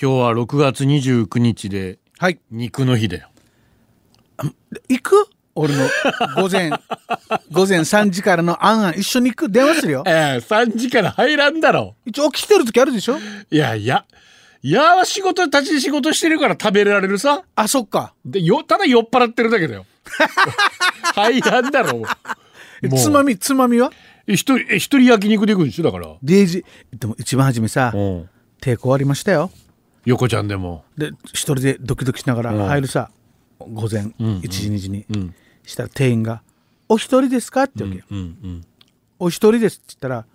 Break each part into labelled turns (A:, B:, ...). A: 今日は6月29日で
B: はい
A: 肉の日だよ
B: 行く俺の午前 午前3時からのあんあん一緒に行く電話するよ
A: ええ3時から入らんだろ
B: 一応起きてる時あるでしょ
A: いやいやいやは仕事立ち仕事してるから食べられるさ
B: あそっか
A: でよただ酔っ払ってるだけ だよ入らんだろもう
B: つまみつまみは
A: 一人一人焼肉で行くんでしょだから、
B: デイジでも一番初めさ
A: うん、
B: 抵抗ありましたよ
A: 横ちゃんでも
B: で一人でドキドキしながら入るさ、午前1時2時に、したら店員が「お一人ですか?」ってわけよ、お一人です」って言ったら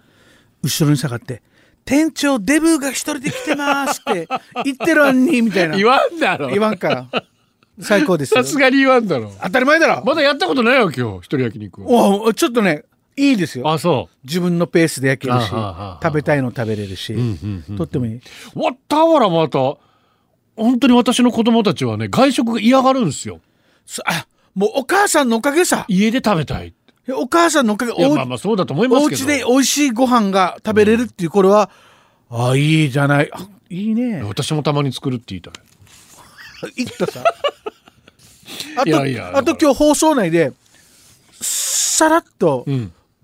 B: 後ろに下がって「店長デブが一人で来てます」って言ってるあんにみたいな
A: 言わんだろ
B: 言わんから最 高ですよ
A: さすがに言わんだろ
B: 当たり前だろ、
A: まだやったことないよ今日一人焼肉は
B: おうちょっとねいいですよ
A: あそ
B: 自分のペースで焼けるし
A: あはあはあ
B: 食べたいの食べれるし、とってもいいう
A: わったわらまた本当に私の子供たちはね外食が嫌がるんですよ
B: そあもうお母さんのおかげさ
A: 家で食べたい
B: お母さんのおかげ
A: いや
B: おう
A: まあまあそうだと思いま
B: お
A: すけど
B: 家で美味しいご飯が食べれるっていうこれは、ああいいじゃないあいいね
A: 私もたまに作るって言いたい
B: 言っ たさあと
A: いやいや
B: あと今日放送内でさらっと、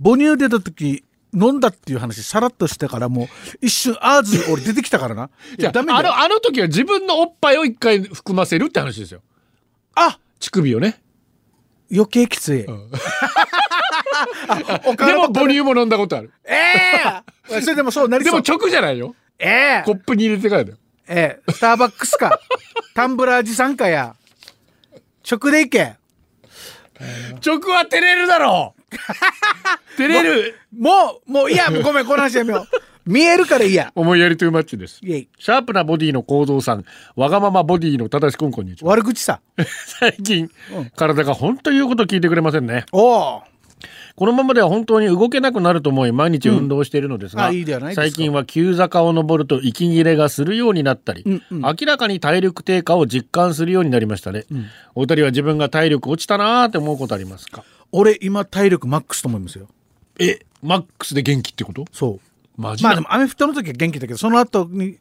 B: 母乳出た時飲んだっていう話さらっとしてからもう一瞬あーず俺出てきたからない
A: じゃ
B: や
A: あ
B: ダメだよ
A: のあの時は自分のおっぱいを一回含ませるって話ですよ
B: あ
A: 乳首をね
B: 余計きつい、 あお
A: で
B: 金
A: も母乳も飲んだことある
B: え えそれでもそうなり
A: で
B: そ
A: も
B: う
A: 直じゃないよ
B: ええ
A: コップに入れてからだよ
B: ええ、スターバックス か、タンブラー持参かや、直で行け。
A: 直は照れるだろ う照れる
B: もう、もう、いや、ごめん、この話やめよう。見えるからいいや。
A: 思いやりトゥーマッチです
B: イェイ
A: シャープなボディの構造さんわがままボディのただしくんこんにちは
B: 悪口さ。
A: 最近、体が本当言うこと聞いてくれませんね
B: おお。
A: このままでは本当に動けなくなると思い毎日運動しているのですが、
B: あいいではないですか
A: 最近は急坂を登ると息切れがするようになったり、明らかに体力低下を実感するようになりましたね、お二人は自分が体力落ちたなーって思うことありますか
B: 俺、今、体力マックスと思いますよ。
A: えマックスで元気ってこと
B: そう。
A: マジ
B: まあ
A: な、
B: でも、アメフトの時は元気だけど、その後に、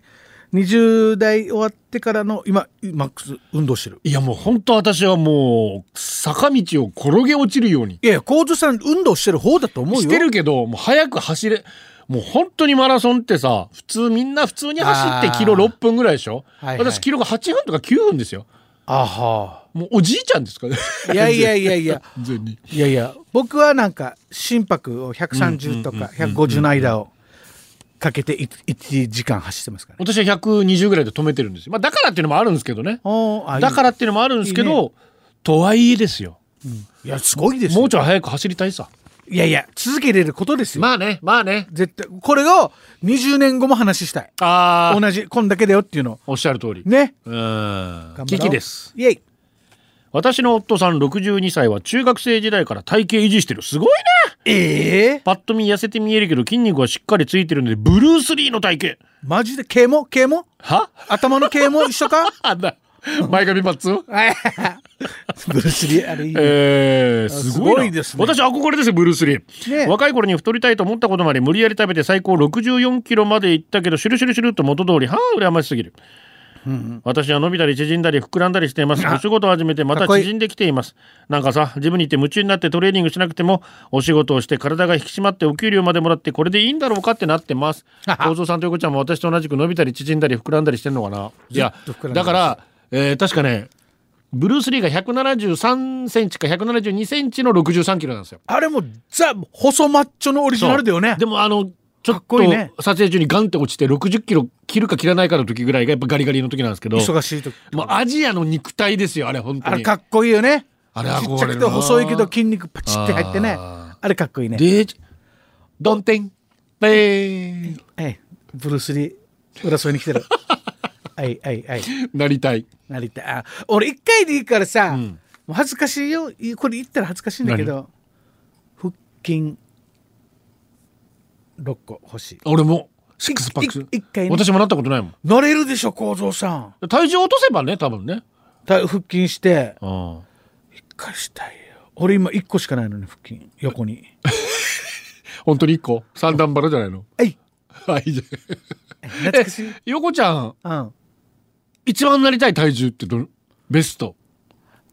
B: 20代終わってからの、今、マックス運動してる。
A: いやもう本当私はもう坂道を転げ落ちるように
B: いやいや、コーズさん、運動してる方だと思うよ。
A: してるけどもう早く走れもう本当にマラソンってさ普通みんな普通に走
B: あ
A: っ
B: ー
A: てキロ6分ぐらいでしょ、
B: はいはい
A: 私キロが8分とか9分ですよ
B: あは
A: もうおじいちゃんですかね
B: いやいやいやいや。
A: 完全に
B: いやいや僕はなんか心拍を130とか150の間をかけてい1時間走ってますからね。
A: 私は120ぐらいで止めてるんですよ、まあ、だからっていうのもあるんですけどね
B: おーあいい
A: だからっていうのもあるんですけど
B: いい
A: とはいえですよ
B: いやすごいですよ
A: もうちょい早く走りたいさ
B: いやいや続けれることですよ、
A: まあねまあね
B: 絶対これを20年後も話したい
A: あー
B: 同じこんだけだよっていうの
A: おっしゃる通り、
B: ね
A: うーん
B: 頑張ろ
A: 危
B: う
A: 機です
B: イエイ
A: 私の夫さん62歳は中学生時代から体型維持してるすごいね
B: ええ
A: パッと見痩せて見えるけど筋肉はしっかりついてるのでブルース・リーの体型
B: マジで毛も毛も
A: は
B: 頭の毛も一緒か
A: あんな前髪パッツン
B: ブルースリーあれいいね
A: えー、すごいな
B: すごいで
A: 私
B: すね
A: 憧れですよブルース・リー、
B: ねえ
A: 若い頃に太りたいと思ったこともあり無理やり食べて最高64キロまで行ったけどシュルシュルシュルっと元通りはあ羨ましすぎる、私は伸びたり縮んだり膨らんだりしていますお仕事を始めてま
B: か
A: た
B: っこいい
A: 縮んできていますなんかさジムに行って夢中になってトレーニングしなくてもお仕事をして体が引き締まってお給料までもらってこれでいいんだろうかってなって ます構造さんと横ちゃんも私と同じく伸びたり縮んだり膨らんだりしてんのかないや
B: ずっと膨らんでます
A: だから、えー確かねブルース・リーが173センチか172センチの63キロなんですよ。
B: あれもザ細マッチョのオリジナルだよね
A: でもあのちょ
B: か
A: っと
B: っこいいね
A: 撮影中にガンって落ちて60キロ切るか切らないかの時ぐらいがやっぱガリガリの時なんですけど
B: 忙しい時
A: もうアジアの肉体ですよあれ本当
B: あれ
A: に。
B: かっこいいよね。
A: あれ
B: ち
A: 憧
B: っちゃ
A: れ
B: く
A: る
B: て
A: な
B: 細いけど筋肉パチって入ってね。
A: あ
B: あれかっこいいね。
A: でドンテンペー
B: はい。ブルース・リー、裏添いに来 てる。はいはいはい。
A: なりたい。
B: なりたい。あ俺一回でいいからさ、もう恥ずかしいよ。いこれ言ったら恥ずかしいんだけど、腹筋6個欲しい。
A: 俺もシックスパックス
B: い一回ね
A: 私もなったことないもん。
B: なれるでしょ、構造さん。
A: 体重落とせばね多分ね。
B: た腹筋して、
A: うん
B: 一回したいよ。俺今1個しかないのに腹筋、横に。
A: 本当に一個三段バラじゃないの。
B: はい。
A: はいじゃあ
B: 懐かしい。
A: 横ちゃん
B: うん。
A: 一番なりたい体重ってどのベスト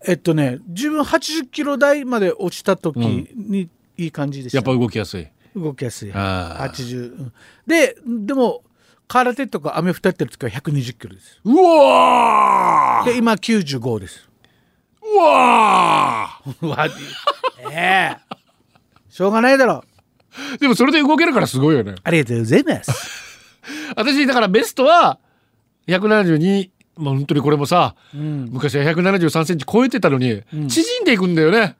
B: えっとね自分80キロ台まで落ちた時にいい感じでした、
A: やっぱ動きやすい
B: 動きやすい
A: あー
B: 80うんででも空手とかアメフトやってる時は120キロです
A: うわー
B: で今95です
A: うわ
B: わええしょうがないだろ
A: ーでもそれで動けるからすごいよね
B: ありがとうございます
A: 私だからベストは172まあ本当にこれもさ、昔は1 7 3センチ超えてたのに、縮んでいくんだよね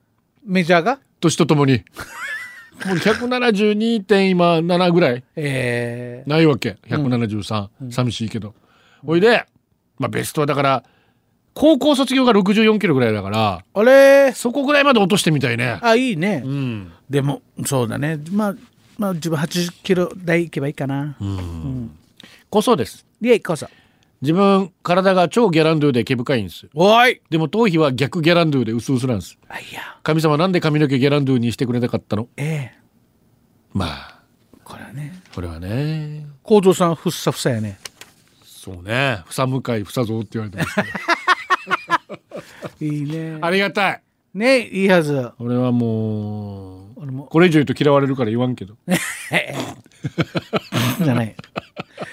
B: メジャーが
A: 年とともにもう172.7ぐらい
B: ええ
A: ないわけ173、寂しいけどほいで、まあ、ベストはだから高校卒業が64キロぐらいだから
B: あれ
A: そこぐらいまで落としてみたいね
B: あいいね、
A: うん
B: でもそうだねまあまあ自分80キロ台いけばいいかな、
A: こそです
B: いやこそ
A: 自分体が超ギャランドゥで毛深いんです
B: おい
A: でも頭皮は逆ギャランドゥで薄々なんです
B: あいや
A: 神様なんで髪の毛ギャランドゥにしてくれなかったの
B: ええ
A: まあ
B: これはね
A: これはね
B: 幸三さんふっさふさやね
A: そうね房向かい房蔵って言われてますけど
B: いいね
A: ありがたい
B: ねいいはず
A: 俺はもう
B: 俺も
A: これ以上言うと嫌われるから言わんけど
B: じゃない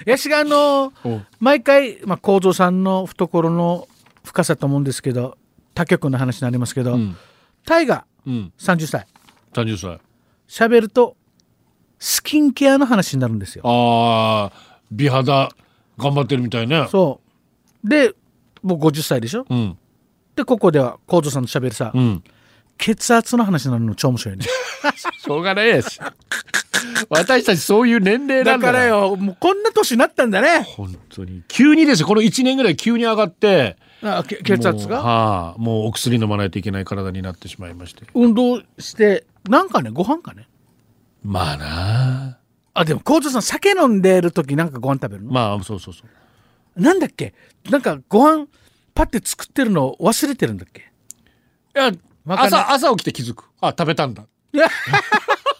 B: やしがあの
A: おう
B: 毎回、まあ、幸三さんの懐の深さと思うんですけど他局の話になりますけど、
A: うん
B: タイガ
A: うん
B: 30歳
A: 30歳
B: 喋るとスキンケアの話になるんですよ
A: ああ美肌頑張ってるみたいね
B: そうで僕50歳でしょ
A: うん
B: でここでは幸三さんと喋るさ、
A: うん
B: 血圧の話になるの超面白いね
A: しょうがないです 私たちそういう年齢 な
B: だ
A: んだ
B: からよもうこんな年になったんだね
A: 本当に急にですよこの1年ぐらい急に上がって
B: あけ血圧
A: もう
B: が
A: はあもうお薬飲まないといけない体になってしまいまして
B: 運動してなんかねご飯かね
A: まあなあ
B: あでも幸三さん酒飲んでる時なんかご飯食べるの、
A: まあそうそうそう
B: なんだっけなんかご飯パッて作ってるの忘れてるんだっけ
A: いや
B: まかない
A: 朝朝起きて気づくあ食べたんだ
B: いや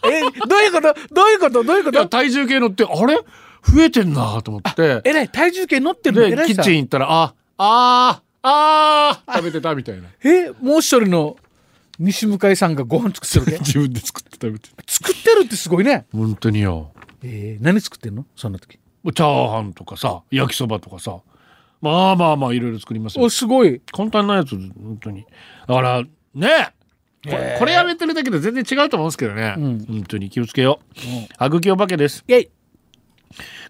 B: えどういうことどういうことどういうこ
A: いや
B: と
A: 体重計乗ってあれ増えてんなと思って
B: えらい体重計乗ってるのえ
A: で
B: らい
A: キ
B: さ
A: ッチン行ったらああーあー食べてたみた いな
B: えもう一人の西向井さんがご飯作ってるわけ
A: 自分で作って食べて た
B: 作ってるってすごいね
A: 本当によ
B: えー、何作ってんのそんな時
A: チャーハンとかさ焼きそばとかさまあまあまあいろいろ作りますよ
B: おすごい
A: 簡単なやつ本当にだからねこれこれやめてるだけで全然違うと思うんですけどね、本当に気をつけよう、あぐきお化けです
B: イェイ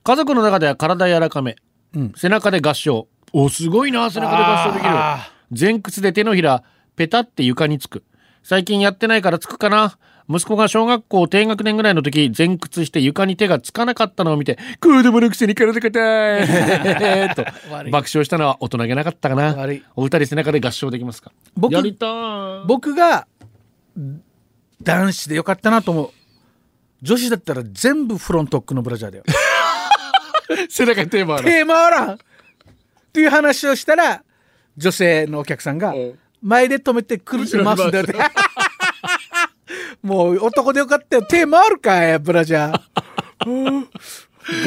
A: 家族の中では体柔らかめ、
B: うん
A: 背中で合掌おすごいな背中で合掌できる
B: あ
A: 前屈で手のひらペタって床につく最近やってないからつくかな息子が小学校低学年ぐらいの時前屈して床に手がつかなかったのを見て「子供のくせに体硬い! 」と
B: 悪い
A: 爆笑したのは大人げなかったかな
B: 悪い
A: お二人背中で合唱できますか
B: 僕
A: やりたーい
B: 僕が男子でよかったなと思う女子だったら全部フロントックのブラジャー だよ
A: 背中テーマある
B: 手回らんっていう話をしたら女性のお客さんが
A: うん
B: 「前で止めてくるって回すんだよ」って もう男でよかったよ手回るかいブラジャー うん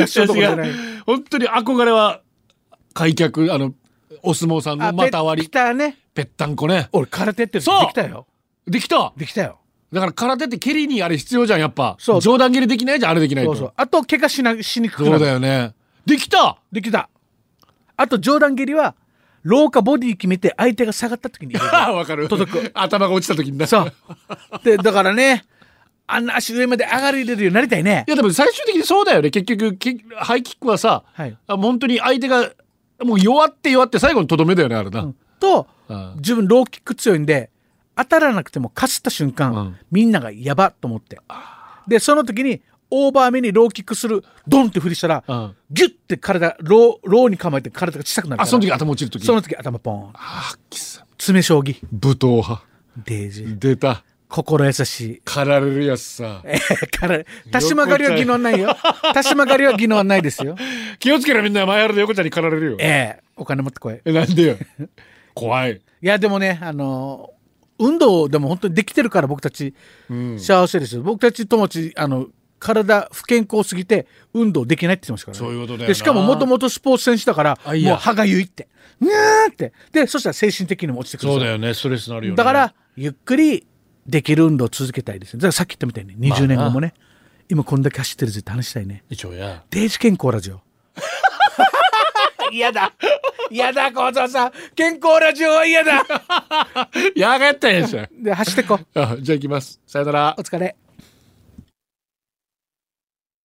B: 合唱とかじゃない
A: 私が本当に憧れは開脚あのお相撲さんの
B: ま
A: 股割り
B: きたね
A: ぺったんこね
B: 俺空手やってる
A: そう
B: できたよ
A: できた
B: できたよ
A: だから空手って蹴りにあれ必要じゃんやっぱ
B: そう
A: 上段蹴りできないじゃんあれできない
B: そ
A: と
B: うそうあと怪我しなしにくく
A: そ
B: な
A: う
B: る
A: だよね。できた
B: できた。あと上段蹴りは、廊下ボディ決めて相手が下がった時に入 れる。
A: あわかる。届く。頭が落ちた時にな。
B: そう。で、だからね、あんな足上まで上がれるようになりたいね
A: い。やでも最終的にそうだよね。結局、キハイキックはさ、
B: はい
A: あ本当に相手が、もう弱って弱って最後のとどめだよね、あれな。
B: と
A: うん、
B: 自分ローキック強いんで、当たらなくてもかすった瞬間、
A: うん
B: みんながやばっと思って。で、その時に、オーバー目にローキックする、ドンって振りしたら、
A: うん
B: ギュッて体、ロー、ローに構えて体が小さくなるから。
A: あ、その時頭落ちる時。
B: その時頭ポーン。
A: あー、きさ。
B: 爪将棋。
A: 武闘派。
B: デージー。
A: 出た。
B: 心優しい。
A: 狩られるやつさ。
B: えーから、たしまがりは技能ないよ。たしまがりは技能ないです よ。
A: 気をつけろみんな、前原で横ちゃんに狩られるよ。
B: ええお金持ってこい。い
A: え、なんでよ。怖 い。
B: や、でもね、あのー運動でも本当にできてるから僕たち、幸せですよ。僕たち友達、あの、体不健康すぎて運動できないって言ってましたから、ね、
A: そういうことだよな
B: でしかももともとスポーツ選手だから
A: あいや
B: もう歯がゆいってにゃーってでそしたら精神的にも落ちてくる
A: そうだよねストレスなるよね
B: だからゆっくりできる運動を続けたいですねだからさっき言ったみたいに20年後もね、今こんだけ走ってるぜって話したいね
A: 一応や
B: 定時健康ラジオ嫌だ嫌だ幸三さん健康ラジオは嫌だ
A: やがったやんじゃん
B: で走ってこ
A: あじゃあ行きますさよなら
B: お疲れ